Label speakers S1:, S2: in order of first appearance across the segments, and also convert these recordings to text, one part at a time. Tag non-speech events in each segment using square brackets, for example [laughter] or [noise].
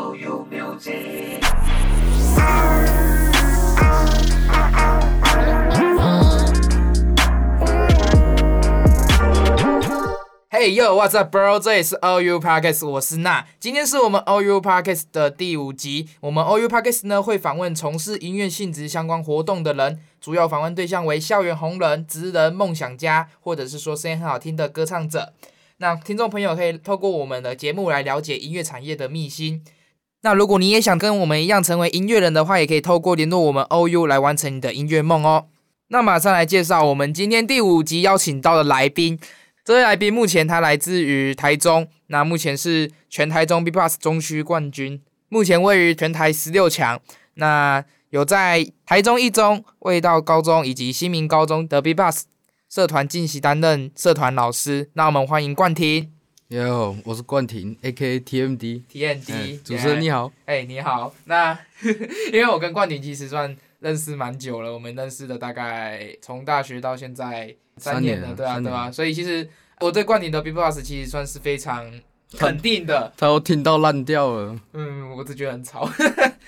S1: OU Music。
S2: Hey yo，what's up, bro？这里是 OU Podcast，我是娜。今天是我们 OU Podcast 的第五集。我们 OU Podcast 呢会访问从事音乐性质相关活动的人，主要访问对象为校园红人、职人、梦想家，或者是说声音很好听的歌唱者。那听众朋友可以透过我们的节目来了解音乐产业的秘辛。那如果你也想跟我们一样成为音乐人的话，也可以透过联络我们 OU 来完成你的音乐梦哦。那马上来介绍我们今天第五集邀请到的来宾。这位来宾目前他来自于台中，那目前是全台中 B Plus 中区冠军，目前位于全台十六强。那有在台中一中、味道高中以及新民高中的 B Plus 社团进行担任社团老师。那我们欢迎冠廷
S3: 哟，我是冠廷，A.K.A. TMD。哎
S2: TND
S3: 主持人你
S2: 好，
S3: 好，
S2: 哎、你好。那 [laughs] 因为我跟冠廷其实算认识蛮久了，我们认识的大概从大学到现在三
S3: 三
S2: 年
S3: 年
S2: 了，
S3: 了
S2: 对啊，
S3: 三
S2: 对
S3: 年
S2: 啊。所以其实我对冠廷的 B Plus 其实算是非常肯定的。
S3: 他都听到烂掉了。
S2: 嗯，我只觉得很吵。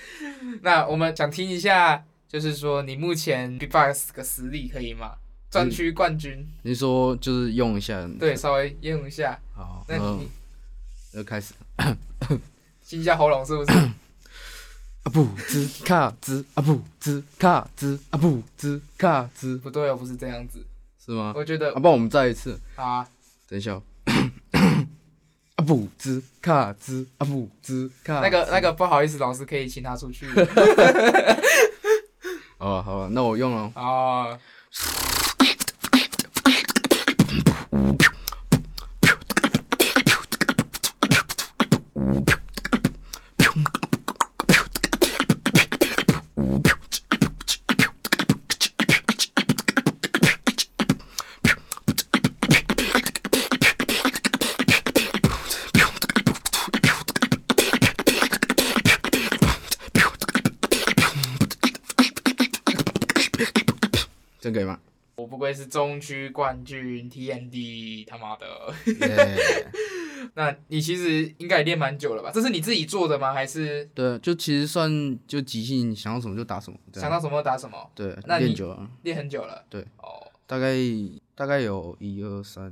S2: [laughs] 那我们想听一下，就是说你目前 B-box 的实力可以吗？专区冠军，
S3: 你说就是用一下，
S2: 对，，稍微用一下。
S3: 好，
S2: 那
S3: 嗯
S2: 你，
S3: 要开始。
S2: 清一下喉咙是不是？
S3: 啊不知卡兹啊不知卡兹啊不知卡兹，
S2: 不对哦，不是这样子。
S3: 是吗？
S2: 我觉得
S3: 啊，不，我们再一次，
S2: 好啊，
S3: 等一下哦。 [coughs] 啊不知卡兹啊不知卡。
S2: 那个那个不好意思，老师可以请他出去
S3: 哦，好吧，那我用了。
S2: 哦。
S3: 这样可
S2: [laughs]
S3: 以吗？
S2: 我不愧是中区冠军 TND，他妈的！ [laughs]
S3: 耶
S2: 那你其实应该也练蛮久了吧？这是你自己做的吗？还是
S3: 对，啊就其实算就即兴，想到什么就打什么。这样
S2: 想到什么打什么？
S3: 对，
S2: 那你
S3: 练久了。
S2: 练很久了。
S3: 啊对。
S2: 哦，
S3: 大概大概有一二三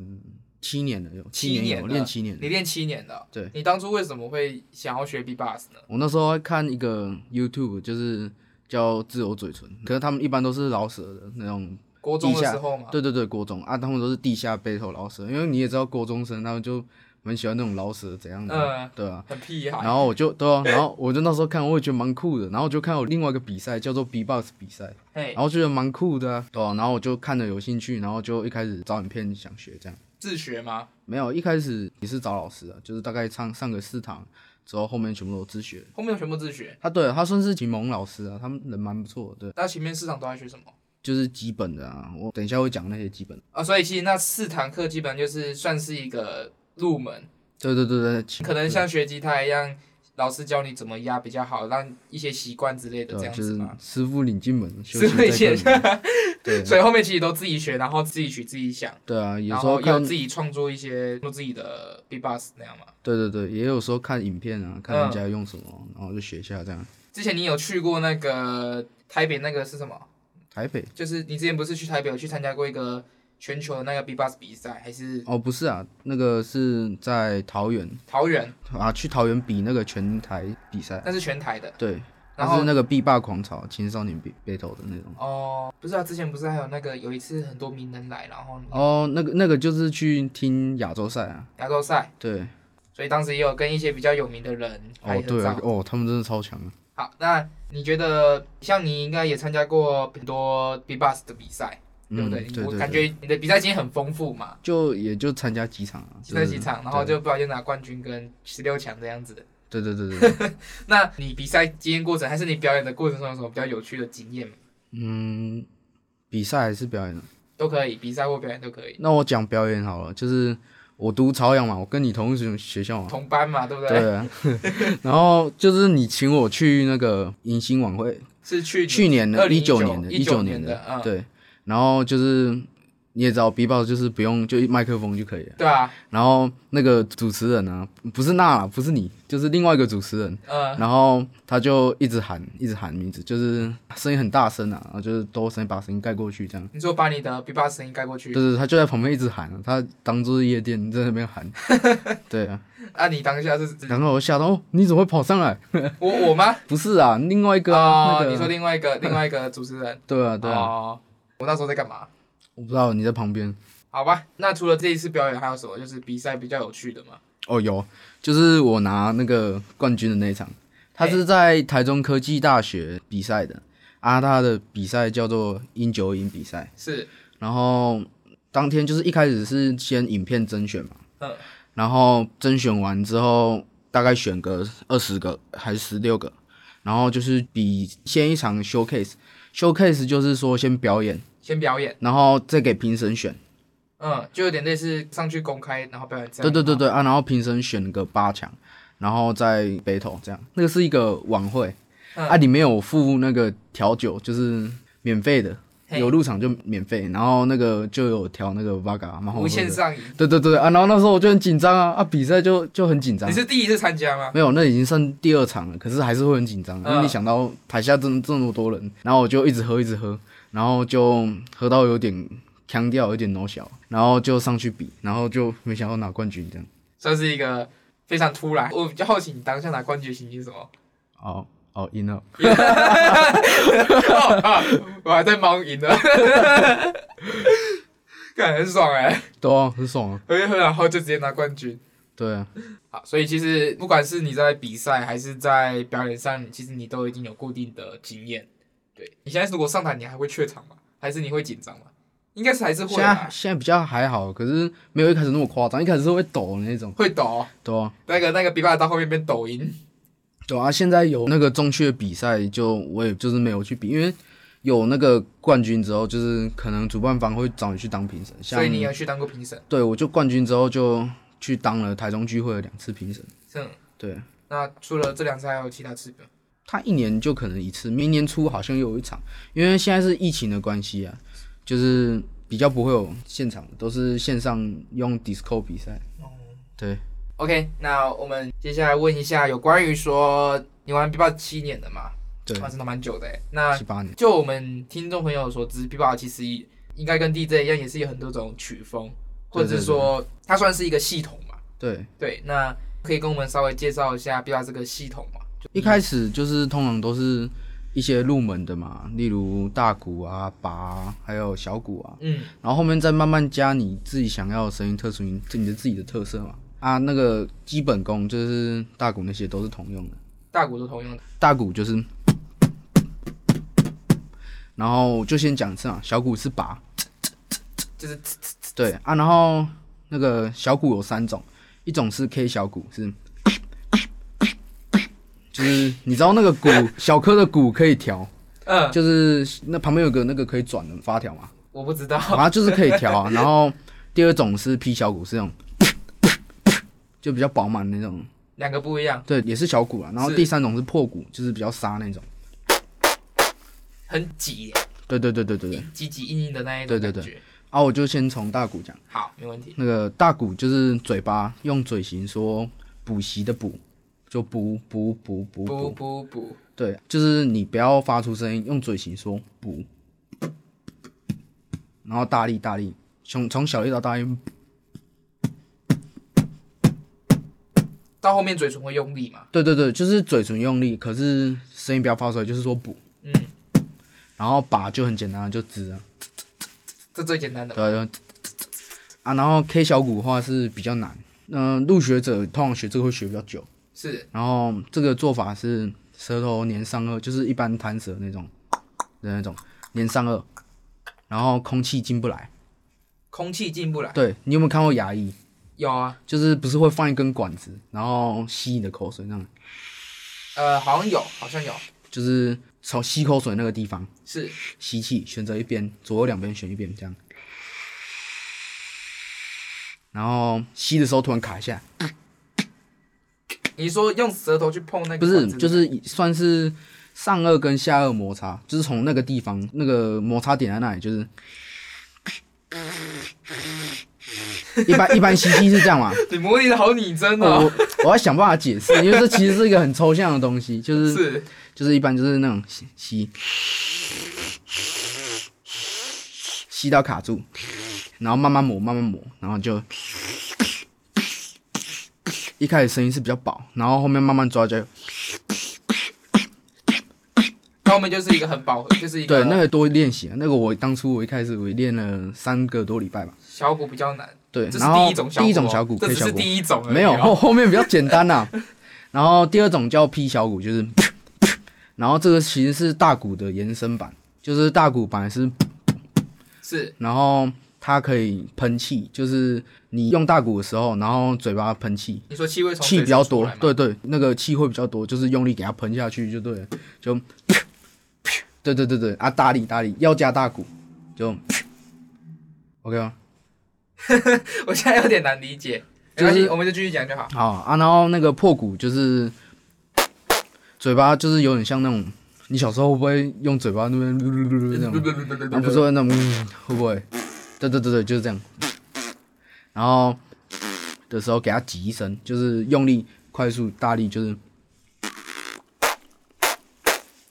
S3: 七年了，有
S2: 七
S3: 年
S2: 年
S3: 有
S2: 了
S3: 练七年
S2: 你
S3: 了。
S2: 练七年了，
S3: 对
S2: 你当初为什么会想要学 B bus 呢？
S3: 我那时候还看一个 YouTube，就是叫自由嘴唇，可是他们一般都是老舍的那种，
S2: 国中的
S3: 地下
S2: 时候嘛，
S3: 对对对，国中啊，他们都是地下 battle 老舍，因为你也知道国中生他们就蛮喜欢那种老舍怎样的，
S2: 嗯
S3: 对啊。
S2: 很屁孩。
S3: 然后我就对啊，然后我就那时候看，我也觉得蛮酷的。然后我就看有另外一个比赛叫做 B-box 比赛，
S2: 嘿
S3: 然，后觉得蛮酷的啊，对啊。然后我就看着有兴趣，然后就一开始找影片想学这样。
S2: 自学吗？
S3: 没有，一开始也是找老师啊，就是大概上上个四堂之后，后面全部都自学。
S2: 后面全部自学。
S3: 他对他算是启蒙老师啊，他们人蛮不错的，对，
S2: 那前面四堂都在学什么？
S3: 就是基本的啊。我等一下会讲那些基本。
S2: 啊，所以其实那四堂课基本上就是算是一个入门，
S3: 对对对对，启
S2: 可能
S3: 对
S2: 像学吉他一样，老师教你怎么压比较好，让一些习惯之类的这
S3: 对啊，
S2: 样
S3: 就
S2: 子
S3: 是
S2: 嘛。
S3: 师傅领进门，修
S2: 师傅领
S3: 行
S2: 进
S3: 在个人。
S2: [laughs]
S3: 对
S2: 所以后面其实都自己学，然后自己曲自己想，[laughs]
S3: 对啊，有
S2: 然
S3: 时
S2: 后
S3: 候
S2: 也有
S3: 看，
S2: 自己创作一些做自己的 B bus 那样嘛。
S3: 对对对，也有时候看影片啊，看
S2: 嗯
S3: 人家用什么，然后就学一下这样。
S2: 之前你有去过那个台北那个是什么？
S3: 台北
S2: 就是你之前不是去台北有去参加过一个全球的那个 B bus 比赛，还是
S3: 哦，不是啊，那个是在桃园
S2: 桃园？
S3: 啊，去桃园比那个全台比赛啊，
S2: 那是全台的。
S3: 对，
S2: 呃然
S3: 他
S2: 后
S3: 是那个必霸狂潮青少年 b a 的那种。
S2: 哦，不是啊，之前不是还有那个有一次很多名人来，然后
S3: 哦，那个那个就是去听亚洲赛啊，
S2: 亚洲赛，
S3: 对，
S2: 所以当时也有跟一些比较有名的人拍
S3: 哦
S2: 合
S3: 对
S2: 照。
S3: 啊，哦他们真的超强啊，
S2: 好，那你觉得像你应该也参加过很多 B bus 的比赛，对
S3: 嗯
S2: 不
S3: 对
S2: 对？
S3: 对
S2: 我
S3: 对，
S2: 感觉你的比赛经验很丰富嘛，
S3: 就也就参加几场啊，
S2: 参加
S3: 就是
S2: 几场，然后就不小心拿冠军跟十六强这样子。
S3: 对对对对， [laughs] 对
S2: 那你比赛经验过程，还是你表演的过程中有什么比较有趣的经验吗？
S3: 嗯，比赛还是表演啊？
S2: 都可以，比赛或表演都可以。
S3: 那我讲表演好了，就是我读朝阳嘛，我跟你同一所学校嘛，
S2: 同班嘛，对不对？
S3: 对啊， [laughs] 然后就是你请我去那个迎新
S2: [laughs]
S3: 晚会，
S2: 是去
S3: 去年的，
S2: 2019
S3: 九年的，
S2: 19
S3: 九
S2: 年的
S3: 的，
S2: 嗯
S3: 对。然后就是你也知道 b b o x 就是不用就一麦克风就可以了。
S2: 对啊，
S3: 然后那个主持人啊，不是娜啦，不是你，就是另外一个主持人，
S2: 嗯、
S3: 然后他就一直喊，一直喊名字，就是声音很大声啊，然后就是都声音把声音盖过去这样。
S2: 你说把你的 B 八声音盖过去
S3: 就，是他就在旁边一直喊，啊他当做夜店在那
S2: [laughs]
S3: 边喊，对啊，
S2: 那、你当下是
S3: 然后我吓到，哦，你怎么会跑上来？
S2: 我我吗？
S3: 不是啊，另外一个啊，
S2: 哦，
S3: 那个
S2: 你说另外一个另外一个主持人，
S3: 对 [laughs] 啊对啊，
S2: 哦，我那时候在干嘛？
S3: 我不知道你在旁边。
S2: 好吧，那除了这一次表演，还有什么就是比赛比较有趣的吗？
S3: 哦，有，就是我拿那个冠军的那一场，他是在台中科技大学比赛的，啊，他的比赛叫做英九影比赛，
S2: 是，
S3: 然后当天就是一开始是先影片甄选嘛，
S2: 嗯，
S3: 然后甄选完之后，大概选个二十个还是十六个，然后就是比先一场 showcase。showcase 就是说先表演，
S2: 先表演，
S3: 然后再给评审选。
S2: 嗯，就有点类似上去公开然后表演这
S3: 对
S2: 样。
S3: 对对，对啊，然后评审选个八强，然后再 battle 这样。那个是一个晚会，
S2: 嗯
S3: 啊，里面有附那个调酒，就是免费的，
S2: 嘿
S3: 有入场就免费，然后那个就有调那个 vodka，蛮好
S2: 无
S3: 喝
S2: 限
S3: 的。
S2: 上瘾。
S3: 对对对啊，然后那时候我就很紧张啊，啊，比赛就就很紧张。
S2: 你是第一次参加吗？
S3: 没有，那已经算第二场了，可是还是会很紧张，啊因为
S2: 嗯
S3: 你想到台下这这么多人，然后我就一直喝，一直喝，然后就喝到有点腔调，有点脑小，然后就上去比，然后就没想到拿冠军这样。
S2: 算是一个非常突然。我比较好奇你当下拿冠军的心情是什么？
S3: 哦哦，赢了。
S2: 哦啊我还在忙 [laughs] 赢了，感很爽哎、
S3: 对啊，很爽啊。
S2: 喝一喝然后就直接拿冠军。
S3: 对啊，
S2: 好，所以其实不管是你在比赛还是在表演上，其实你都已经有固定的经验。对你现在如果上台，你还会怯场吗？还是你会紧张吗？应该是还是会啊
S3: 现在
S2: 吧，
S3: 现在比较还好，可是没有一开始那么夸张，一开始是会抖的那种。
S2: 会抖。哦
S3: 对啊，
S2: 那个那个比爸到后面变抖音，
S3: 对啊，现在有那个中区的比赛，就我也就是没有去比，因为有那个冠军之后，就是可能主办方会找你去当评审，像
S2: 所以你有去当过评审。
S3: 对，我就冠军之后就去当了台中聚会的两次评审。
S2: 嗯，
S3: 对
S2: 那除了这两次，还有其他次吗？
S3: 他一年就可能一次，明年初好像又有一场，因为现在是疫情的关系啊，就是比较不会有现场，都是线上用 Disco 比赛。
S2: 哦
S3: 对，
S2: OK，那我们接下来问一下有关于说你玩 BBA 七年了嘛？
S3: 对
S2: 哇，真的蛮久的欸。那
S3: 七八年。
S2: 就我们听众朋友所知，BBA 其实应该跟 DJ 一样，也是有很多种曲风，或者是说它算是一个系统嘛？
S3: 对，
S2: 对，那可以跟我们稍微介绍一下 BBA 这个系统嘛？
S3: 一开始就是通常都是一些入门的嘛，例如大鼓啊、拔啊，还有小鼓啊，
S2: 嗯，
S3: 然后后面再慢慢加你自己想要的声音特殊音，这你的自己的特色嘛。啊，那个基本功就是大鼓那些都是通用的。
S2: 大鼓都通用的。
S3: 大鼓就是，然后就先讲一次啊，小鼓是拔，
S2: 就是
S3: 对啊，然后那个小鼓有三种，一种是 K 小鼓是，就是你知道那个鼓小颗的鼓可以调，
S2: 嗯，
S3: 就是那旁边有个那个可以转的发条嘛，
S2: 我不知道，
S3: 反正就是可以调
S2: [laughs]
S3: 啊。然后第二种是 P 小鼓是那种。就比较饱满的那种，
S2: 两个不一样，
S3: 对，也是小鼓啊。然后
S2: 是
S3: 第三种是破鼓，就是比较沙那种。
S2: 很挤耶，
S3: 对对对对对对。
S2: 挤挤硬硬的那一种
S3: 对
S2: 感觉。
S3: 对啊，我就先从大鼓讲。
S2: 好，没问题。
S3: 那个大鼓就是嘴巴用嘴型说补习的补，就补补补补
S2: 不
S3: 补。
S2: 不不，
S3: 对，就是你不要发出声音，用嘴型说补，然后大力大力，从从小力到大力。
S2: 到后面嘴唇会用力嘛？
S3: 对对对，就是嘴唇用力，可是声音不要发出来，就是说补。
S2: 嗯，
S3: 然后把就很简单，就直啊，
S2: 这最简单的嘛。
S3: 对啊就啊。然后 K 小鼓的话是比较难，嗯、入学者通常学这个会学比较久。
S2: 是
S3: 然后这个做法是舌头粘上颚，就是一般弹舌那种的那种粘上颚，然后空气进不来。
S2: 空气进不来。
S3: 对你有没有看过牙医？
S2: 有啊，
S3: 就是不是会放一根管子，然后吸你的口水，那样
S2: 呃，好像有，好像有，
S3: 就是从吸口水那个地方
S2: 是
S3: 吸气，选择一边，左右两边选一边这样。然后吸的时候突然卡一下，
S2: 你说用舌头去碰那个
S3: 不
S2: 管
S3: 是
S2: 子，
S3: 就是算是上颚跟下颚摩擦，就是从那个地方那个摩擦点在那里，就是 [laughs] 一般一般袭击是这样嘛？
S2: 你模拟的好拟真哦
S3: 我，我要想办法解释，因为这其实是一个很抽象的东西，就是
S2: 是
S3: 就是一般就是那种吸吸吸到卡住，然后慢慢抹慢慢抹，然后就一开始声音是比较薄，然后后面慢慢抓就
S2: 那我们就是一个很
S3: [laughs]
S2: 饱和，就是一
S3: 对那
S2: 个
S3: 个多练习啊，那个我当初我一开始我练了三个多礼拜吧，
S2: 小鼓比较难，
S3: 对，
S2: 这是
S3: 然后
S2: 第一种小鼓哦，
S3: 第一种小鼓
S2: 这
S3: 配
S2: 只
S3: 小
S2: 是
S3: 鼓
S2: 第一种而已哦，
S3: 没有 [laughs] 后后面比较简单啦、然后第二种叫 P 小鼓，就是， [laughs] 然后这个其实是大鼓的延伸版，就是大鼓本来是
S2: 是
S3: 然后它可以喷气，就是你用大鼓的时候，然后嘴巴喷气，
S2: 你说气味从
S3: 气比较多，
S2: 对
S3: 对对，那个气会比较多，就是用力给它喷下去就对了，就，对对对对啊，大力大力要加大鼓，就，OK 吗？
S2: 我现在有点难理解，没
S3: 就是
S2: 关系，我们就继续讲就好。
S3: 好啊，然后那个破鼓就是嘴巴就是有点像那种，你小时候会不会用嘴巴那边噜噜噜噜那种？啊，不是会那种，嗯会不会？对对对对，就是这样。然后的时候给它挤一声，就是用力、快速、大力，就是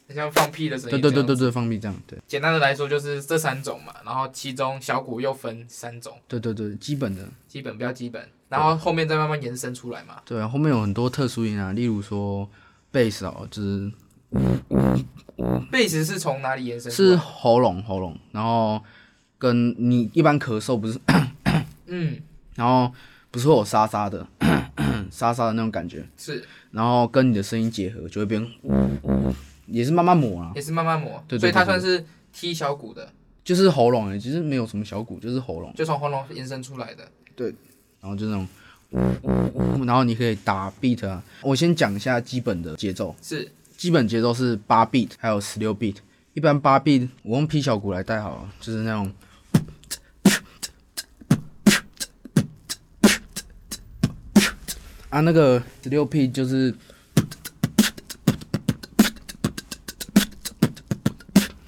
S2: 很像放屁的声音。
S3: 对对
S2: 这
S3: 对对
S2: 样。
S3: 对，放屁这样，对
S2: 简单的来说就是这三种嘛，然后其中小鼓又分三种，
S3: 对对对，基本的。
S2: 基本比较基本，然后后面再慢慢延伸出来嘛。
S3: 对啊，后面有很多特殊音啊，例如说贝斯哦，就是
S2: 贝斯是从哪里延伸出来？
S3: 是喉咙喉咙，然后跟你一般咳嗽不是， [coughs]
S2: 嗯，
S3: 然后不是会有沙沙的 [coughs] 沙沙的那种感觉，
S2: 是
S3: 然后跟你的声音结合就会变，也是慢慢磨啊，
S2: 也是慢慢磨，
S3: 对对对
S2: 所以它算是踢小鼓的，
S3: 就是喉咙哎、其实没有什么小鼓，就是喉咙。
S2: 就从喉咙延伸出来的。
S3: 然后就那种，然后你可以打 beat 啊。我先讲一下基本的节奏，
S2: 是
S3: 基本节奏是八 beat，还有十六 beat。一般八 beat 我用 P 小鼓来带好了，就是那种，啊，那个十六 beat 就是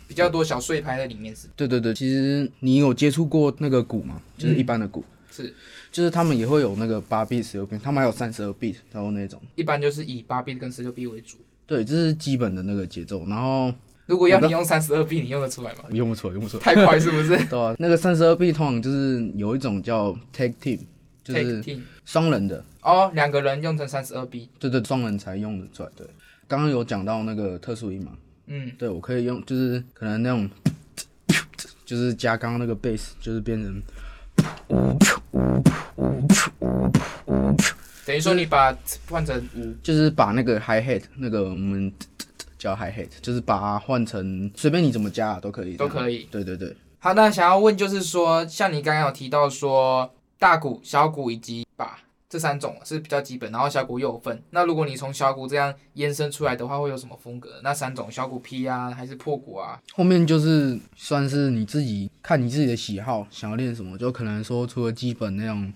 S2: 比较多小碎拍在里面是
S3: 对对对，其实你有接触过那个鼓吗？就是一般的鼓，
S2: 嗯是，
S3: 就是他们也会有那个八 beat、十六 beat，他们还有三十二 beat，然后那种，
S2: 一般就是以八 B 跟十六 B 为主。
S3: 对，这是基本的那个节奏。然后
S2: 如果要你用三十二 B，你用得出来吗？
S3: 用不出来，用不出来。
S2: 太快是不
S3: [laughs]
S2: 是
S3: 对啊，那个三十二 B 通常就是有一种叫 tag team，就
S2: ？Take
S3: 是
S2: team
S3: 双人的，
S2: 哦，两个人用成三十二 B，
S3: 对对，双人才用得出来。对，刚刚有讲到那个特殊音嘛，
S2: 嗯，
S3: 对我可以用，就是可能那种， [coughs] 就是加刚刚那个 bass，就是变成
S2: 等于说你把换成五，
S3: 就是把那个 hi hat 那个我们叫 hi hat，就是把它换成随便你怎么加、都可以，
S2: 都可以。
S3: 对对对，
S2: 好，那想要问就是说，像你刚刚有提到说大鼓、小鼓以及把这三种是比较基本，然后小鼓又有分。那如果你从小鼓这样延伸出来的话，会有什么风格？那三种小鼓 P 啊，还是破鼓啊？
S3: 后面就是算是你自己看你自己的喜好，想要练什么，就可能说除了基本那种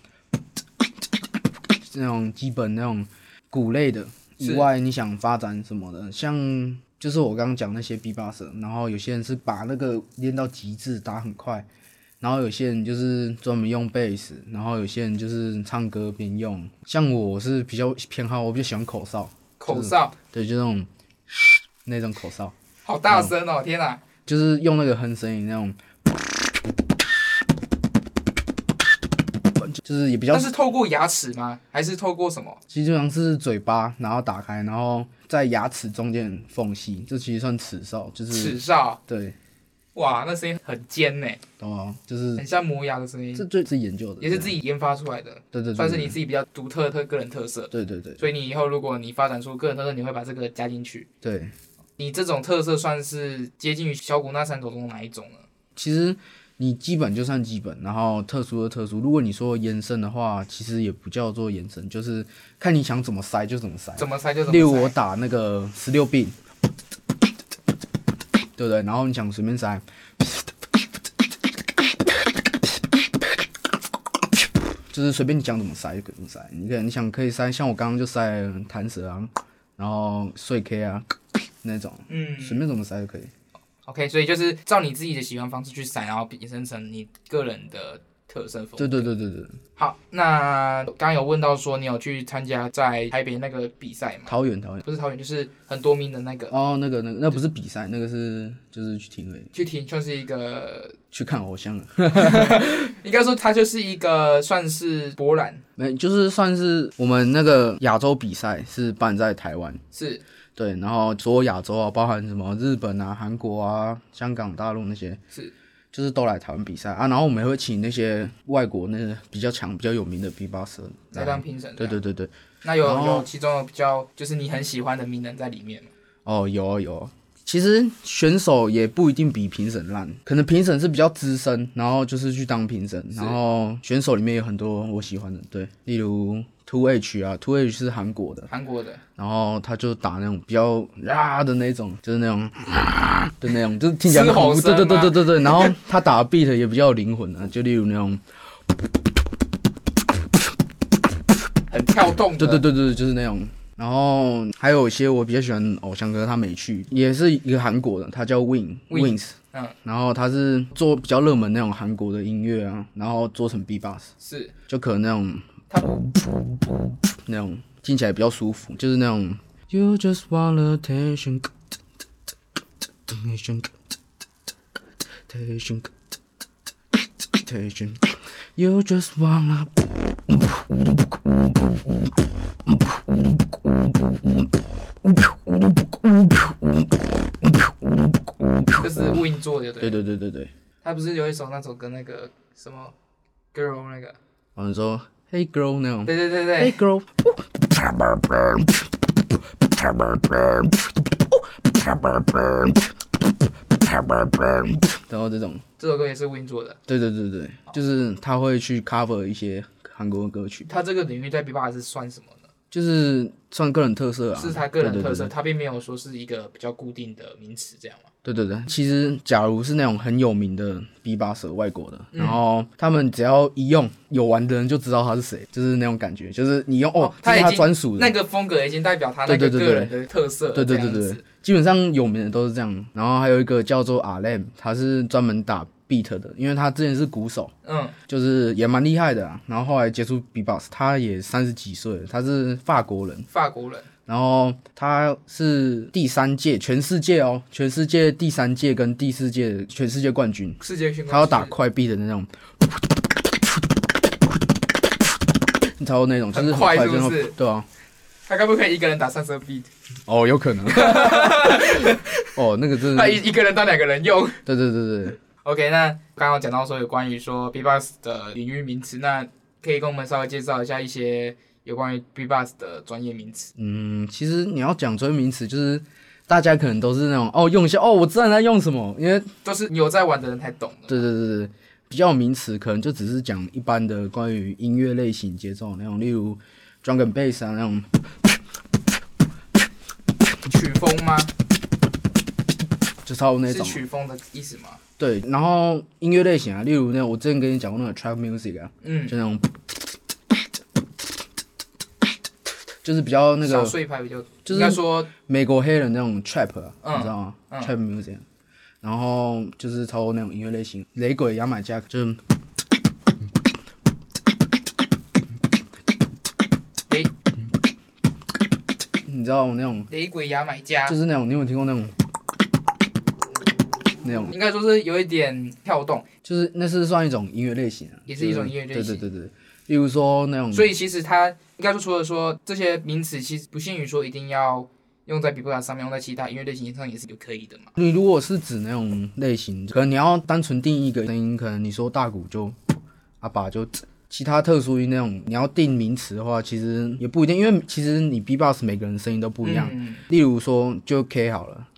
S3: 那种基本那种鼓类的以
S2: 是
S3: 外，你想发展什么的，像就是我刚刚讲那些 B 八蛇，然后有些人是把那个练到极致，打很快。然后有些人就是专门用贝斯，然后有些人就是唱歌边用。像我是比较偏好，我比较喜欢口哨，
S2: 口哨
S3: 对，就那种 [laughs] 那种口哨。
S2: 好大声哦！天哪，
S3: 就是用那个哼声音那种，就是也比较
S2: 那，是透过牙齿吗？还是透过什么？
S3: 基本上是嘴巴，然后打开，然后在牙齿中间缝隙，这其实算齿哨，就是
S2: 齿哨？
S3: 对，
S2: 哇，那声音很尖呢，
S3: 懂吗？就是
S2: 很像磨牙的声音
S3: 这，最自己研究的，
S2: 哎也是自己研发出来的，
S3: 对对对，
S2: 算是你
S3: 对
S2: 自己比较独特的特个人特色。
S3: 对对对
S2: 所以你以后如果你发展出个人特色，你会把这个加进去。
S3: 对，
S2: 你这种特色算是接近于小鼓那三种中哪一种呢？
S3: 其实。你基本就算基本，然后特殊的特殊。如果你说延伸的话，其实也不叫做延伸，就是看你想怎么塞就怎么塞。
S2: 怎么猜就怎么猜。
S3: 例如我打那个十六 b 对不对？然后你想随便塞，就是随便你想怎么塞就怎么塞。你可能你想可以塞，像我刚刚就塞弹舌啊，然后碎 K 啊那种，
S2: 嗯，
S3: 随便怎么塞就可以。
S2: OK，所以就是照你自己的喜欢方式去塞，然后衍生成你个人的特色风格。
S3: 对对对对对，
S2: 好，那刚刚有问到说你有去参加在台北那个比赛吗？
S3: 桃园桃园。
S2: 不是桃园，就是很多名的那个，
S3: 哦，那个那个那不是比赛，那个是就是去听而已，
S2: 去听就是一个，
S3: 去看偶像了。
S2: 应该说它就是一个算是博览，
S3: 没，就是算是我们那个亚洲比赛是办在台湾，
S2: 是
S3: 对，然后所有亚洲啊，包含什么日本啊、韩国啊、香港、大陆那些，
S2: 是
S3: 就是都来台湾比赛啊。然后我们也会请那些外国那个比较强、比较有名的 B 八蛇
S2: 在当评审。
S3: 啊对哦对对对，
S2: 那有
S3: 然后
S2: 有其中有比较就是你很喜欢的名人在里面吗？
S3: 哦，有哦有哦。其实选手也不一定比评审烂，可能评审是比较资深，然后就是去当评审，然后选手里面有很多我喜欢的，对，例如 Two H 啊，Two H 是韩国的，
S2: 韩国的，
S3: 然后他就打那种比较啊的那种，就是那种 [laughs] 啊的那种，就是听起来
S2: 嘶
S3: 很恐
S2: 吼
S3: 怖。
S2: 声啊
S3: 对
S2: 吗
S3: 对对对对对。然后他打的 beat 也比较有灵魂啊，就例如那种，
S2: 很跳动的，
S3: 对对对对，就是那种。然后还有一些我比较喜欢的偶像歌，他没去，也是一个韩国的，他叫 Win
S2: Win
S3: Wins，
S2: 嗯，
S3: 然后他是做比较热门那种韩国的音乐啊，然后做成 B b o x
S2: 是
S3: 就可能那种
S2: 他
S3: 那种听起来比较舒服，就是那种 You just want attention, attention, attention, attention. You just wanna，
S2: 就是 Win 做的，对
S3: 嗯对
S2: 不对，
S3: 对对对对，
S2: 他不是有一首那首歌那个什么 Girl 那个，
S3: 然后说 Hey girl 那种
S2: 对对对对，
S3: ，Hey girl，然后这种，
S2: 这首歌也是 Win 做的。
S3: 对对对对，就是他会去 cover 一些韩国的歌曲，
S2: 他这个领域在 B-box 是算什么呢？
S3: 就是算个人特色啊，
S2: 是他个人
S3: 对
S2: 特色，。他并没有说是一个比较固定的名词这样嘛。
S3: 对对对对对，其实假如是那种很有名的 B 八蛇外国的，
S2: 嗯
S3: 然后他们只要一用有玩的人就知道他是谁，就是那种感觉，就是你用哦，这
S2: 他
S3: 是
S2: 已
S3: 他
S2: 经
S3: 专属的
S2: 那。个风格已经代表他那
S3: 对
S2: 个
S3: 对对
S2: 个人的特色
S3: 对对
S2: 这
S3: 对
S2: 样
S3: 对，
S2: 子
S3: 对基本上有名的都是这样。然后还有一个叫做 RM，他是专门打 beat 的，因为他之前是鼓手，
S2: 嗯，
S3: 就是也蛮厉害的、啊。然后后来接触 B-box，他也三十几岁了，他是法国人。
S2: 法国人
S3: 然后他是第三届，全世界哦，全世界第三届跟第四届的全世界冠军。
S2: 世界巡回
S3: 他要打
S2: 是
S3: 快臂的那种，你知道那种，就是
S2: 很快
S3: 就是
S2: 不
S3: 那
S2: 是
S3: 种对啊，
S2: 他该不可以一个人打三十 beat？
S3: 哦，有可能， [laughs] 哦，那个真的
S2: 他
S3: 是，
S2: 一一个人当两个人用。
S3: 对对对对，
S2: OK，那刚刚讲到说有关于说 B-box 的领域名词，那可以跟我们稍微介绍一下一些有关于 B-box 的专业名词。
S3: 嗯，其实你要讲专业名词，就是大家可能都是那种哦，用一下哦，我知道你在用什么，因为
S2: 都是有在玩的人才懂的。
S3: 对对对对，比较有名词可能就只是讲一般的关于音乐类型节奏那种，例如 drum and bass 啊那种，
S2: 曲风吗？
S3: 就差不多那
S2: 是
S3: 种。
S2: 曲风的意思吗？
S3: 对，然后音乐类型啊，例如那我之前跟你讲过那个 trap music 啊，
S2: 嗯
S3: 就，那种，就是比较那
S2: 小
S3: 个
S2: 碎拍比较，
S3: 就是
S2: 应该说
S3: 美国黑人那种 trap，、啊
S2: 嗯
S3: 你知道吗、
S2: 嗯
S3: t r a p music，然后就是超多那种音乐类型，雷鬼、牙买加，就是
S2: 雷
S3: 你知道那种，
S2: 雷鬼牙买加，
S3: 就是那种，你有没有听过那种？那种
S2: 应该说是有一点跳动，
S3: 就是那是算一种音乐类型、啊，
S2: 也是一种音乐类型
S3: 就是对对对对，例如说那种，
S2: 所以其实它应该说除了说这些名词，其实不限于说一定要用在 b b o x 上面，用在其他音乐类型上也是有可以的嘛。
S3: 你如果是指那种类型，可能你要单纯定义一个声音，可能你说大鼓就阿爸就，其他特殊音那种，你要定名词的话，其实也不一定，因为其实你 B-box 每个人声音都不一样。
S2: 嗯，
S3: 例如说就 K 好了，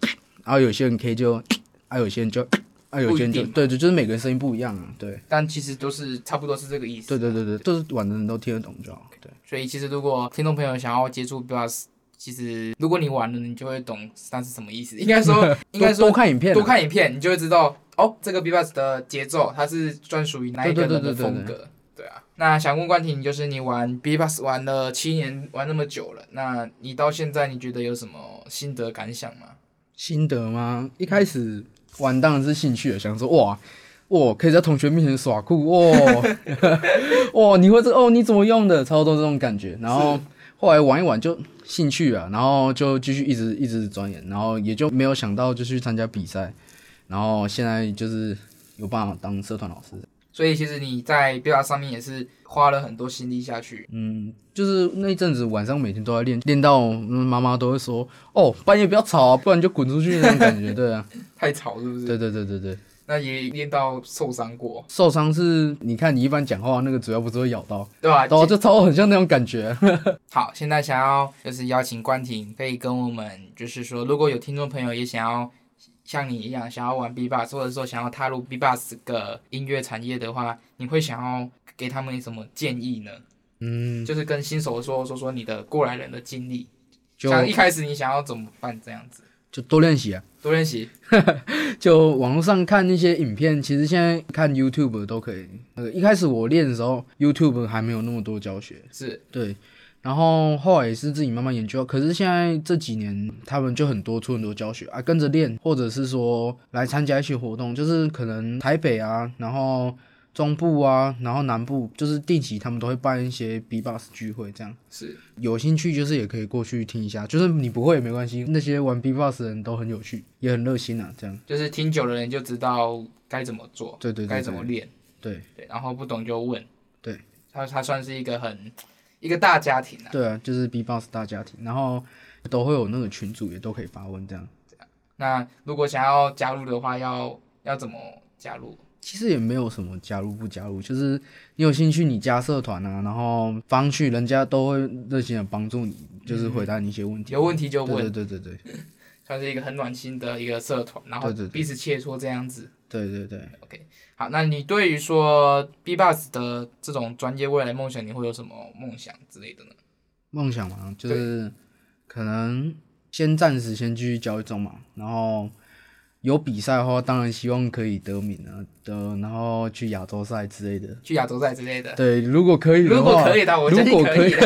S3: 然后有些人 K 就，啊有些人就，啊有些人
S2: 不
S3: 就，
S2: 一定
S3: 对对，就是每个人声音不一样啊，对。
S2: 但其实都是差不多是这个意思。
S3: 对对对对，就是玩的人都听得懂就好。对，
S2: 所以其实如果听众朋友想要接触 b b o x 其实如果你玩了，你就会懂它是什么意
S3: [laughs]
S2: 思。应该说，应该
S3: 多
S2: 说
S3: 多看影片啊，
S2: 多看影片，你就会知道哦，这个 B-box 的节奏它是专属于哪一个人的风
S3: 对对对对
S2: 格。对啊，那想问冠廷，就是你玩 B-box 玩了七年，玩那么久了，那你到现在你觉得有什么心得感想吗？
S3: 心得吗？一开始玩当然是兴趣了，想说哇。哇，可以在同学面前耍酷哇！ [laughs] 哇，你会这哦？你怎么用的？超多这种感觉。然后后来玩一玩就兴趣啊，然后就继续一直一直钻研，然后也就没有想到就去参加比赛，然后现在就是有办法当社团老师。
S2: 所以其实你在表达上面也是花了很多心力下去。
S3: 嗯，就是那一阵子晚上每天都在练，练到嗯妈妈都会说哦，半夜不要吵啊，不然你就滚出去那种感觉。对啊，
S2: 太吵是不是？
S3: 对对对对对。
S2: 那也练到受伤过，
S3: 受伤是，你看你一般讲话那个嘴巴不是会咬到，
S2: 对吧？
S3: 然后就超很像那种
S2: [laughs]
S3: 感觉。
S2: 好，现在想要就是邀请关婷，可以跟我们就是说，如果有听众朋友也想要像你一样想要玩 B b o x 或者说想要踏入 B b o x 这个音乐产业的话，你会想要给他们什么建议呢？
S3: 嗯，
S2: 就是跟新手说说说你的过来人的经历，
S3: 就
S2: 像一开始你想要怎么办这样子，
S3: 就多练习啊。
S2: 多练习。
S3: 就网络上看那些影片，其实现在看 YouTube 都可以。那个一开始我练的时候，YouTube 还没有那么多教学，
S2: 是
S3: 对。然后后来也是自己慢慢研究，可是现在这几年他们就很多出很多教学啊，跟着练，或者是说来参加一些活动，就是可能台北啊，然后中部啊，然后南部，就是定期他们都会办一些 B-box 聚会这样。
S2: 是，
S3: 有兴趣就是也可以过去听一下，就是你不会也没关系，那些玩 B-box 的人都很有趣，也很热心啊，这样。
S2: 就是听久的人就知道该怎么做，
S3: 对对对
S2: 该怎么
S3: 对
S2: 练，
S3: 对
S2: 对，然后不懂就问，
S3: 对，
S2: 他他算是一个很一个大家庭啊。
S3: 对啊，就是 B-box 大家庭，然后都会有那个群组，也都可以发问这样。
S2: 那如果想要加入的话，要要怎么加入？
S3: 其实也没有什么加入不加入，就是你有兴趣你加社团啊，然后方去人家都会热心的帮助你，就是回答你一些问题。
S2: 有问题就
S3: 对对
S2: 问，
S3: 对对对对
S2: 算是一个很暖心的一个社团，然后
S3: 对对对
S2: 彼此切磋这样子。
S3: 对对对，
S2: OK，好，那你对于说 B-box 的这种专业未来梦想，你会有什么梦想之类的呢？
S3: 梦想嘛，就是可能先暂时先继续教一中嘛，然后有比赛的话，当然希望可以得名啊，得然后去亚洲赛之类的。
S2: 去亚洲赛之类的。
S3: [laughs] 对，如果可以的
S2: 如
S3: 话，
S2: 果可以的话，我
S3: 如
S2: 相信
S3: 果
S2: 可
S3: 可
S2: 以
S3: 以，
S2: 的。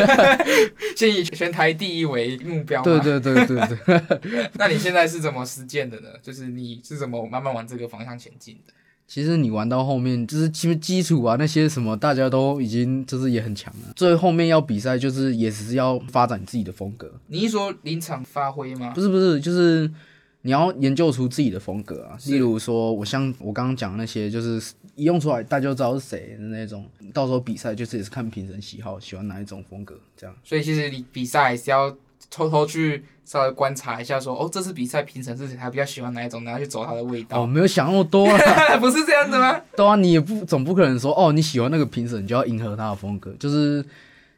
S2: 先以全台第一为目标。
S3: 对。对对对 [laughs] 对。
S2: [laughs] 那你现在是怎么实践的呢？就是你是怎么慢慢往这个方向前进的？
S3: 其实你玩到后面，就是基基础啊那些什么，大家都已经就是也很强了。最后面要比赛，就是也只是要发展自己的风格，
S2: 你一说临场发挥吗？
S3: 不是不是，就是你要研究出自己的风格啊。例如说，我像我刚刚讲的那些，就是一用出来大家就知道是谁的那种。到时候比赛就是也是看评审喜好，喜欢哪一种风格这样。
S2: 所以其实你比赛还是要偷偷去稍微观察一下说，哦，这次比赛评审是谁，他比较喜欢哪一种，然后去走他的味
S3: 哦，
S2: 道，
S3: 没有想那么多啊。
S2: [laughs]
S3: [laughs]
S2: 不是这样子吗？
S3: 对啊，你也不总不可能说哦，你喜欢那个评审，你就要迎合他的风格，就是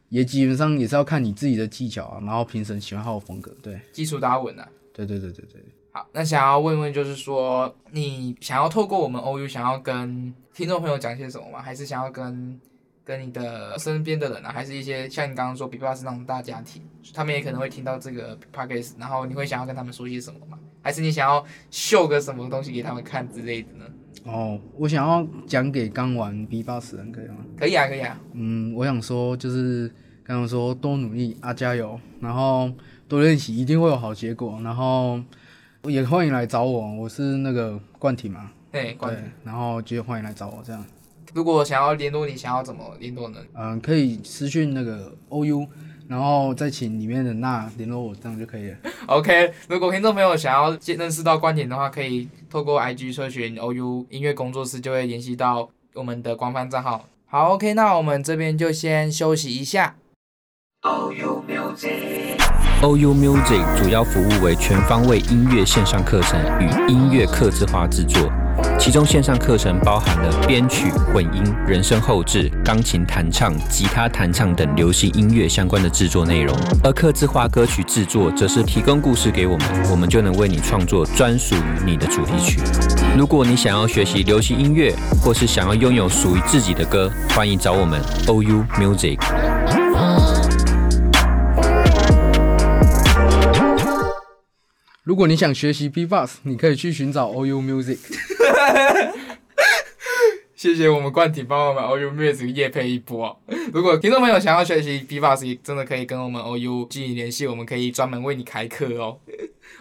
S3: 也基本上也是要看你自己的技巧啊，然后评审喜欢他的风格，对，
S2: 基础打稳啊。
S3: 对对对对对。
S2: 好，那想要问问，就是说你想要透过我们 OU 想要跟听众朋友讲些什么吗？还是想要跟跟你的身边的人啊，还是一些像你刚刚说 b i b 是那种大家庭，他们也可能会听到这个 podcast，然后你会想要跟他们说些什么吗？还是你想要秀个什么东西给他们看之类的呢？
S3: 哦，我想要讲给刚玩 B 八十人可以吗？
S2: 可以啊，可以啊，
S3: 嗯，我想说就是刚刚说多努力啊，加油，然后多练习，一定会有好结果，然后也欢迎来找我，我是那个冠廷嘛，
S2: 对，关
S3: 对
S2: 于，
S3: 然后就欢迎来找我这样。
S2: 如果想要联络你，想要怎么联络呢？
S3: 嗯，可以私讯那个 OU，然后再请里面的那联络我，这样就可以了。
S2: OK，如果听众朋友想要见认识到观点的话，可以透过 IG 搜寻 OU 音乐工作室，就会联系到我们的官方账号。好，OK，那我们这边就先休息一下。
S1: OU Music.
S4: OU Music 主要服务为全方位音乐线上课程与音乐客制化制作，其中线上课程包含了编曲、混音、人声后置、钢琴弹唱、吉他弹唱等流行音乐相关的制作内容；而客制化歌曲制作则是提供故事给我们，我们就能为你创作专属于你的主题曲。如果你想要学习流行音乐，或是想要拥有属于自己的歌，欢迎找我们 OU Music。
S3: 如果你想学习 B-box，你可以去寻找 OU Music。
S2: 谢谢我们冠廷帮我们 OU Music 夜配一波。如果听众朋友想要学习 B b o x 真的可以跟我们 OU 进行联系，我们可以专门为你开课哦。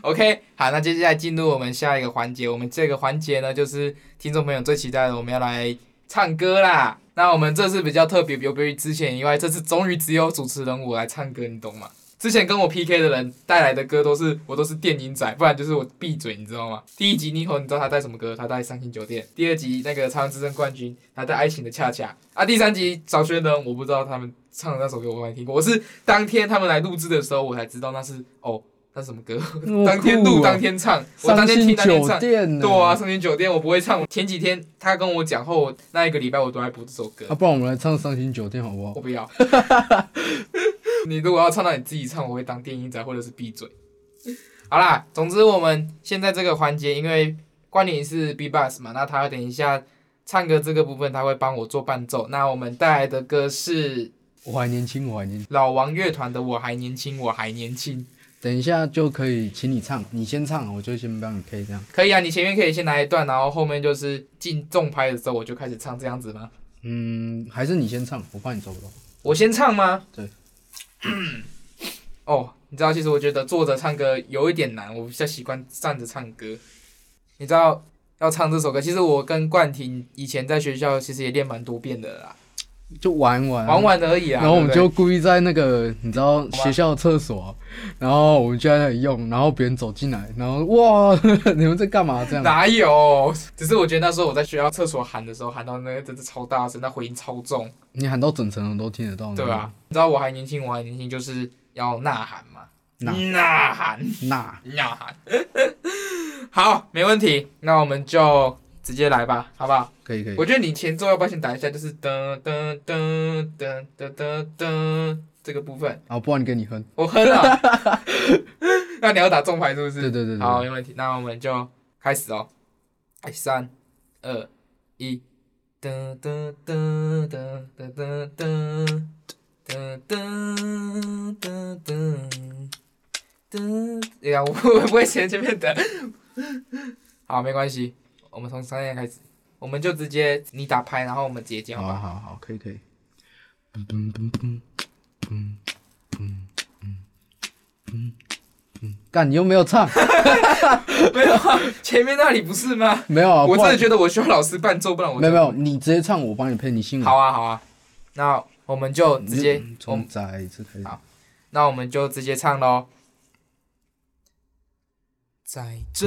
S2: OK，好，那接下来进入我们下一个环节。我们这个环节呢，就是听众朋友最期待的，我们要来唱歌啦。那我们这次比较特别，有别于之前以外，这次终于只有主持人我来唱歌，你懂吗？之前跟我 PK 的人带来的歌都是我都是电音仔，不然就是我闭嘴，你知道吗？第一集 n i o 你知道他带什么歌？他带《伤心酒店》。第二集那个《长安之争》冠军，他带《爱情的恰恰》啊。第三集找学人，我不知道他们唱的那首歌我没听过，我是当天他们来录制的时候我才知道那是哦，那是什么歌？ [laughs] 当天录当天唱，我当
S3: 伤
S2: 天听
S3: 心
S2: 当天
S3: 酒
S2: 唱。
S3: 店呢，
S2: 对啊，伤心酒店我不会唱。前几天他跟我讲后，那一个礼拜我都在补这首歌
S3: 啊，。不然我们来唱伤心酒店好不好
S2: 我？不要。 [laughs] 你如果要唱到你自己唱，我会当电音仔或者是闭嘴。好啦，总之我们现在这个环节，因为关联是 B box 嘛，那他等一下唱歌这个部分，他会帮我做伴奏。那我们带来的歌是
S3: 我还年轻，我还年轻，
S2: 老王乐团的《我还年轻，我还年轻》。
S3: 等一下就可以请你唱，你先唱，我就先帮你 K 这样。
S2: 可以啊，你前面可以先来一段，然后后面就是进重拍的时候我就开始唱，这样子吗？
S3: 嗯，还是你先唱，我怕你找不到。
S2: 我先唱吗？
S3: 对。
S2: 哦，你知道，其实我觉得坐着唱歌有一点难，我比较习惯站着唱歌。你知道要唱这首歌，其实我跟冠廷以前在学校其实也练蛮多遍的啦，
S3: 就玩玩
S2: 玩玩而已啊。
S3: 嗯然后我们
S2: 对
S3: 就
S2: 不
S3: 故意在那个你知道
S2: 吧
S3: 学校的厕所啊、然后我们就在那里用，然后别人走进来，然后哇， [laughs] 你们在干嘛这
S2: 对 [laughs]
S3: 样？
S2: 哪有？只是我觉得那时候我在学校厕所喊的时候，喊到那个真是超大声，那回音超重，
S3: 你喊到整层人都听得到，
S2: 对吧、啊？你知道我还年轻，我还年轻，就是要呐喊嘛，
S3: 呐
S2: 呐喊。
S3: 那
S2: 呐喊。 [laughs] 好，没问题，那我们就直接来吧，好不好？
S3: 可以可以
S2: 我，觉得你前奏要不要先打一下，就是噔噔噔噔噔噔噔这个部分，
S3: 啊，不然你跟你哼，
S2: 我哼 [laughs] 了。那你要打重牌是不是？
S3: 对对对对
S2: 好，没问题，那我们就开始哦。哎，三二一，噔噔噔噔噔噔噔噔噔噔噔噔。哎呀，我我不会前前面的。好，没关系，我们从三点开始，我们就直接你打拍，然后我们直接
S3: 好
S2: 好吧？
S3: 好好，可以可以。嗯嗯嗯嗯嗯嗯嗯嗯干，你又没有唱，
S2: [laughs] 没有啊，前面那里哦不是吗？
S3: 没有啊？
S2: [laughs] 我
S3: 不
S2: 真
S3: 然
S2: 的觉得我需要老师伴奏，不然我
S3: 没有没有，你直接唱，我帮你配，你信我。
S2: 好啊，好啊，那我们就直接，
S3: 嗯
S2: 我们
S3: 从再一次开始。
S2: 好那我们就直接唱喽。在这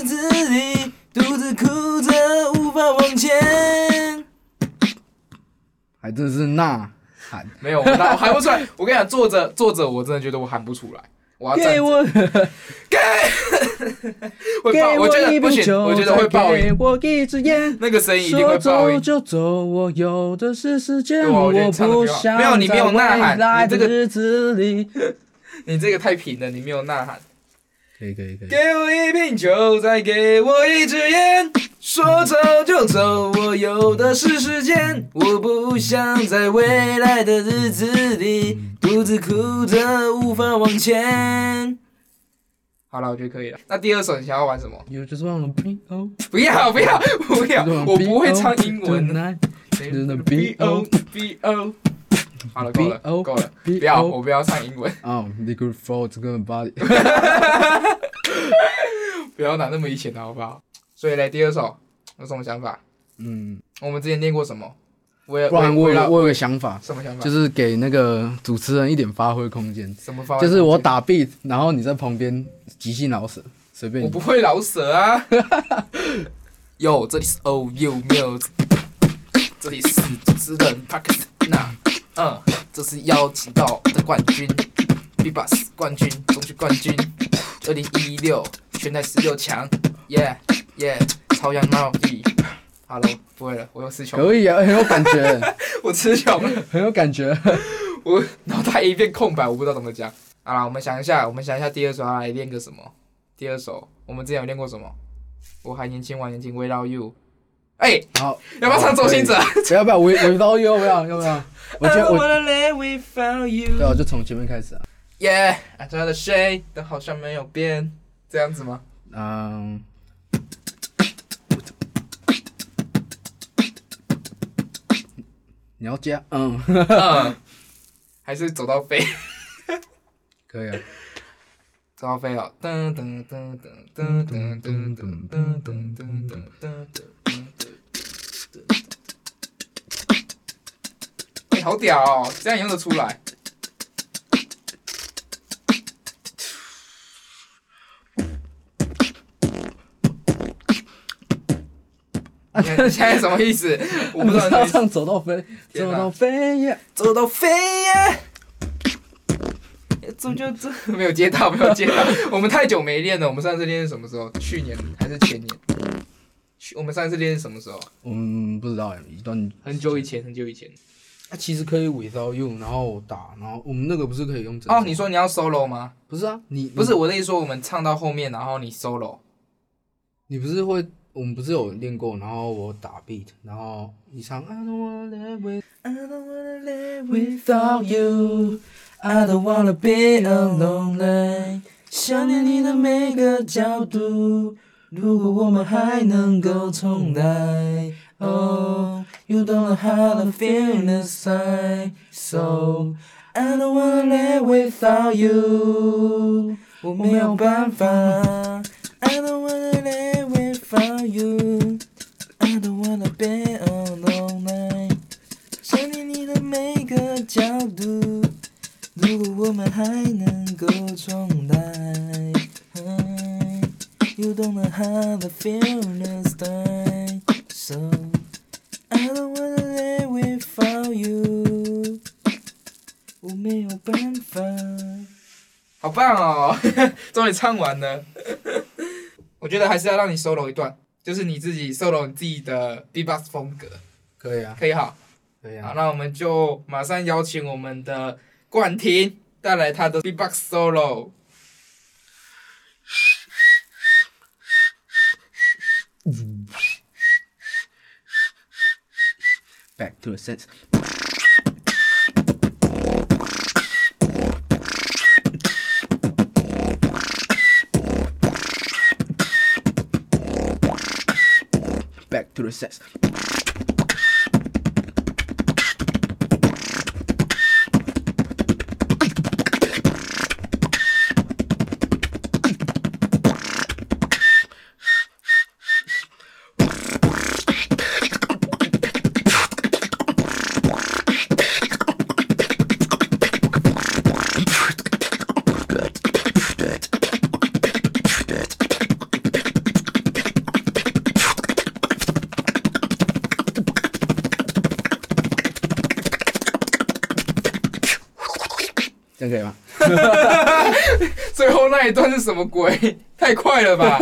S2: 子里独自哭着无法往前。
S3: 还真是呐喊，
S2: 没有，我那我喊不出来。我跟你讲，坐着坐着，我真的觉得我喊不出来。我要站
S3: 给
S2: 着，
S3: 我
S2: 会
S3: 给
S2: 爆，我觉
S3: 一
S2: 得不
S3: 杯
S2: 行，
S3: 酒，
S2: 我觉得会爆
S3: 再给
S2: 音，
S3: 我一支烟，
S2: 那个声音一定
S3: 说
S2: 会爆
S3: 走
S2: 音。
S3: 就走，我有的是时间，
S2: 对啊我觉得你唱得
S3: 不
S2: 比较好
S3: 想
S2: 没有你没有
S3: 在
S2: 呐
S3: 未
S2: 喊
S3: 来
S2: 你这
S3: 的
S2: 个
S3: 日子里，
S2: 你这个太平了，你没有呐喊。
S3: 可以可以可以
S2: 给，我一瓶酒，再给我一支烟，说走就走，我有的是时间。我不想在未来的日子里独自哭着无法往前。好了，我觉得可以了。那第二首你想要玩什么？
S3: You just wanna be o
S2: [laughs] 不要不要不要
S3: you just wanna，
S2: 我
S3: be
S2: 不会
S3: old
S2: 唱英文。
S3: tonight, 真的
S2: B O
S3: O
S2: B O。好了，够了
S3: B O
S2: 够了，
S3: B O
S2: 不要我不要唱英文。 [laughs]
S3: Oh, they could fall to the body.
S2: 不要拿那么以前的好不好？所以嘞，第二首有什么想法？
S3: 嗯，
S2: 我们之前练过什么？我也
S3: [laughs] 不然
S2: 我
S3: 我
S2: 也
S3: 有我有个想法，
S2: 什么想法？
S3: 就是给那个主持人一点发挥空间，
S2: 什么方案？
S3: 就是我打 beat，然后你在旁边即兴老舍，随便
S2: 我
S3: 你
S2: 不。会老舍
S3: [laughs]
S2: 啊。哟，这里是 O U News，这里是主持人 Park 那，嗯，这是邀请到的冠军 b b o s [laughs] 冠军，中区冠军，二零一六全台十六强耶耶，朝阳贸易。Hello，不会了，我又失穷了，
S3: 可以啊，很有感
S2: [laughs]
S3: 觉，
S2: 我失穷了，
S3: 很有感觉。
S2: 我 [laughs] 脑袋一片空白，我不知道怎么讲。好了，我们想一下，我们想一下第二首要来练个什么？第二首我们之前有练过什么？我还年轻，我还年轻，We Love You。哎、
S3: 好，
S2: 要不要唱周星哲？ [laughs] 哎
S3: 不要不要，我我到要不要要不要？哎我觉得我
S2: wanna live without
S3: 对
S2: you。
S3: 啊，我就从前面开始啊。
S2: Yeah，爱他的谁都好像没有变，这样子吗？
S3: 嗯，你要加嗯， [laughs]
S2: 嗯，还是走到飞，
S3: 可以啊。
S2: 走到飞哦。噔噔噔噔噔噔噔噔噔噔噔噔噔噔。哎，好屌哦，这样也用得出来。你现在什么意思？我不
S3: [laughs] 你
S2: 知
S3: 是
S2: 道你的
S3: 要
S2: 意思。
S3: 唱走到飞，
S2: 天
S3: 走
S2: 哪
S3: 到飞呀，
S2: 走到飞呀！走就走，没有接到，没有接到。我们太久没练了，我们上次练是什么时候？去年还是前年？去我们上次练是什么时候？
S3: 嗯，不知道哎，一段
S2: 很久以前，很久以前。
S3: 啊，其实可以 without you，然后打，然后我们那个不是可以用整
S2: 哦，
S3: 首
S2: 你说你要 solo 吗？
S3: 不是啊？你
S2: 不是，，我的意思说我们唱到后面，然后你 solo。
S3: 你不是会，我们不是有练过，然后我打 beat，然后你唱 I don't wanna live
S2: I don't wanna live
S3: without you。I don't wanna be alone tonight，想念你的每个角度。如果我们还能够重来，Oh, you don't know how to feel inside, so I don't wanna live without
S2: [laughs]
S3: you。我没有办法，I don't wanna live without you。I don't wanna be alone tonight，想念你的每个角度。如果我们还能够重来，You don't know how to feel this time, so I don't wanna live without you。我 oh, 没有办法。
S2: 好棒哦， [laughs] 终于唱完了。 [laughs] 我觉得还是要让你 solo 一段，就是你自己 solo 你自己的 b-box 风格，
S3: 可以啊，
S2: 可以好。
S3: 可以
S2: 好，。那我们就马上邀请我们的冠廷带来他的 B-box solo。 [laughs]
S3: Back to the sense。Back to the sense。这样可以吗？
S2: 最后那一段是什么鬼？ [laughs] 太快了吧！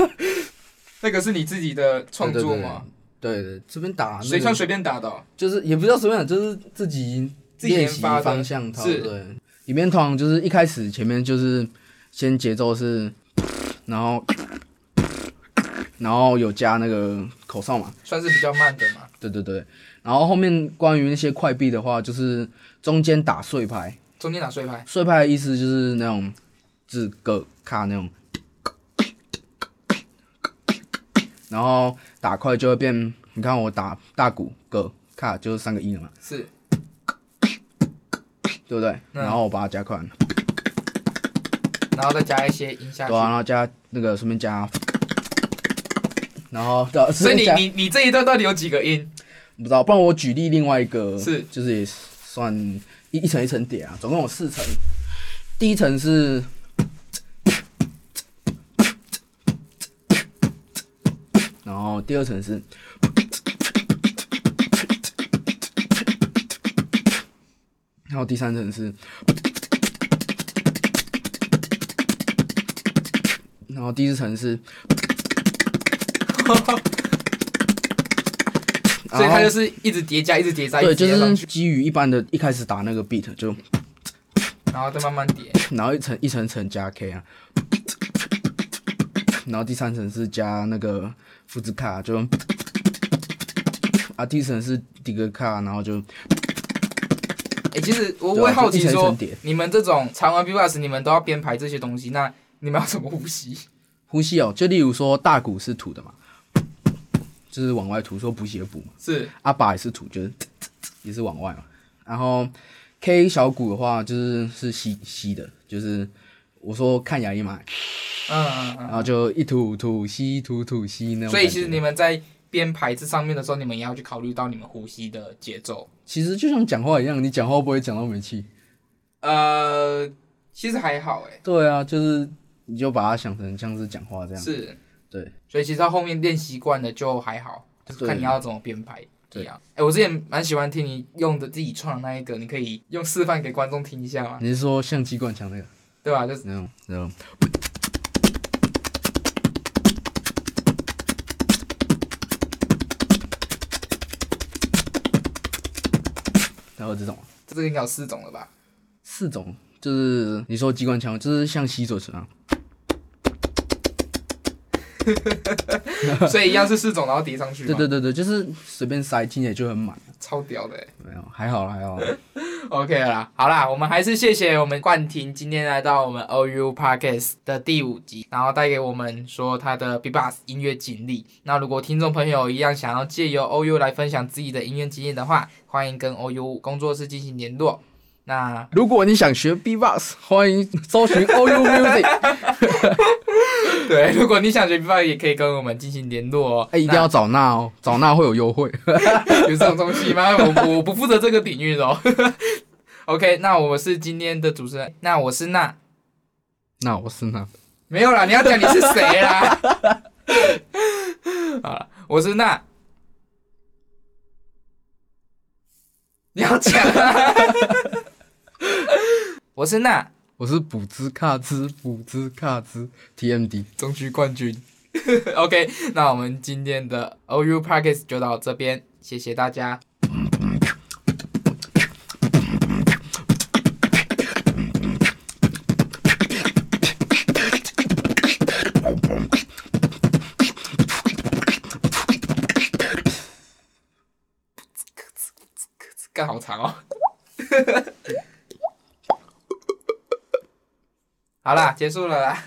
S2: 那个是你自己的创作吗？
S3: 对？对对，这边打那个
S2: 随唱随便打的哦、
S3: 就是也不叫随便打，就是自己
S2: 自己
S3: 练
S2: 研
S3: 习
S2: 发的
S3: 方向套。
S2: 是
S3: 对，里面通常就是一开始前面就是先节奏是，然后然后有加那个口哨嘛，
S2: 算是比较慢的嘛。
S3: 对对对，然后后面关于那些快币的话，就是中间打碎拍，
S2: 中间打碎拍，
S3: 碎拍的意思就是那种字个卡那种，然后打快就会变，你看我打大鼓个卡就是三个音了嘛，
S2: 是
S3: 对不对？
S2: 嗯
S3: 然后我把它加快，
S2: 然后再加一些音下去。
S3: 对啊，然后加那个顺便加，然后对啊，啊
S2: 所以
S3: 顺便加
S2: 你你你这一段到底有几个音？
S3: 不知道，不然我举例另外一个，
S2: 是
S3: 就是也算一一层一层叠啊，总共有四层。第一层是，然后第二层是，然后第三层是，然后第四层是，
S2: [laughs] 所以它
S3: 然后
S2: 就是一直叠加，一直叠加，一
S3: 对，
S2: 直
S3: 就
S2: 叠加上去
S3: 是基于一般的，一开始打那个 beat 就，
S2: 然后再慢慢叠。
S3: 然后一层一层层加 K 啊，然后第三层是加那个复制卡就，啊，第四层是底格卡，然后就
S2: 哎、其实我
S3: 对啊
S2: 我会好奇
S3: 就一层一
S2: 说
S3: 层叠，
S2: 你们这种长完 B box，你们都要编排这些东西，那你们要怎么呼吸？
S3: 呼吸哦，就例如说大鼓是吐的嘛，就是往外吐，说补血补嘛，
S2: 是
S3: 阿爸也是吐，就是也是往外嘛，然后 K 小鼓的话就是是吸吸的，就是我说看牙医嘛，
S2: 嗯嗯
S3: 然
S2: 嗯。
S3: 后就一吐吐吸吐吐吸那种感觉。
S2: 所以其实你们在编排这上面的时候，你们也要去考虑到你们呼吸的节奏。
S3: 其实就像讲话一样，你讲话不会讲到没气。
S2: 呃，其实还好哎、
S3: 对啊，就是你就把它想成像是讲话这样。
S2: 是。
S3: 对，
S2: 所以其实到后面练习惯了就还好，就是
S3: 对
S2: 看你要怎么编排一
S3: 对
S2: 样。哎、我之前蛮喜欢听你用的自己创的那一个，你可以用示范给观众听一下吗？
S3: 你是说像机关枪那个
S2: 对吧？就是
S3: 那种那种？然后这种
S2: 这个应该有四种了吧？ [laughs]
S3: 四种，就是你说机关枪，就是像吸嘴唇啊，
S2: 所以一样是四种，然后叠上去嘛，
S3: 对对对对，就是随便塞进去就很满，
S2: 超屌的、欸。
S3: 没有，还好啦还好啦。
S2: OK 啦，好啦，我们还是谢谢我们冠廷今天来到我们 OU Podcast 的第五集，然后带给我们说他的 B-box 音乐经历。那如果听众朋友一样想要借由 OU 来分享自己的音乐经验的话，欢迎跟 OU 工作室进行联络。
S3: [laughs]
S2: 那
S3: 如果你想学 B-box，欢迎搜寻 OU Music。
S2: 对，如果你想学 B-box，也可以跟我们进行联络哦。
S3: 哎、一定要找娜哦，找娜会有优惠。 [laughs]
S2: [laughs] 有这种东西吗？我我不负责这个领域的哦。OK，那我是今天的主持人，那我是娜，
S3: 那我是娜，
S2: 没有啦，你要讲你是谁啦？ [laughs] 好了，我是娜。你要讲、啊，我是娜，
S3: 我是补兹卡兹，补兹卡兹 TMD。
S2: 中区冠军。OK，那我们今天的 OU Practice 就到这边，谢谢大家。干好长哦。 [laughs] 好啦，结束了啦。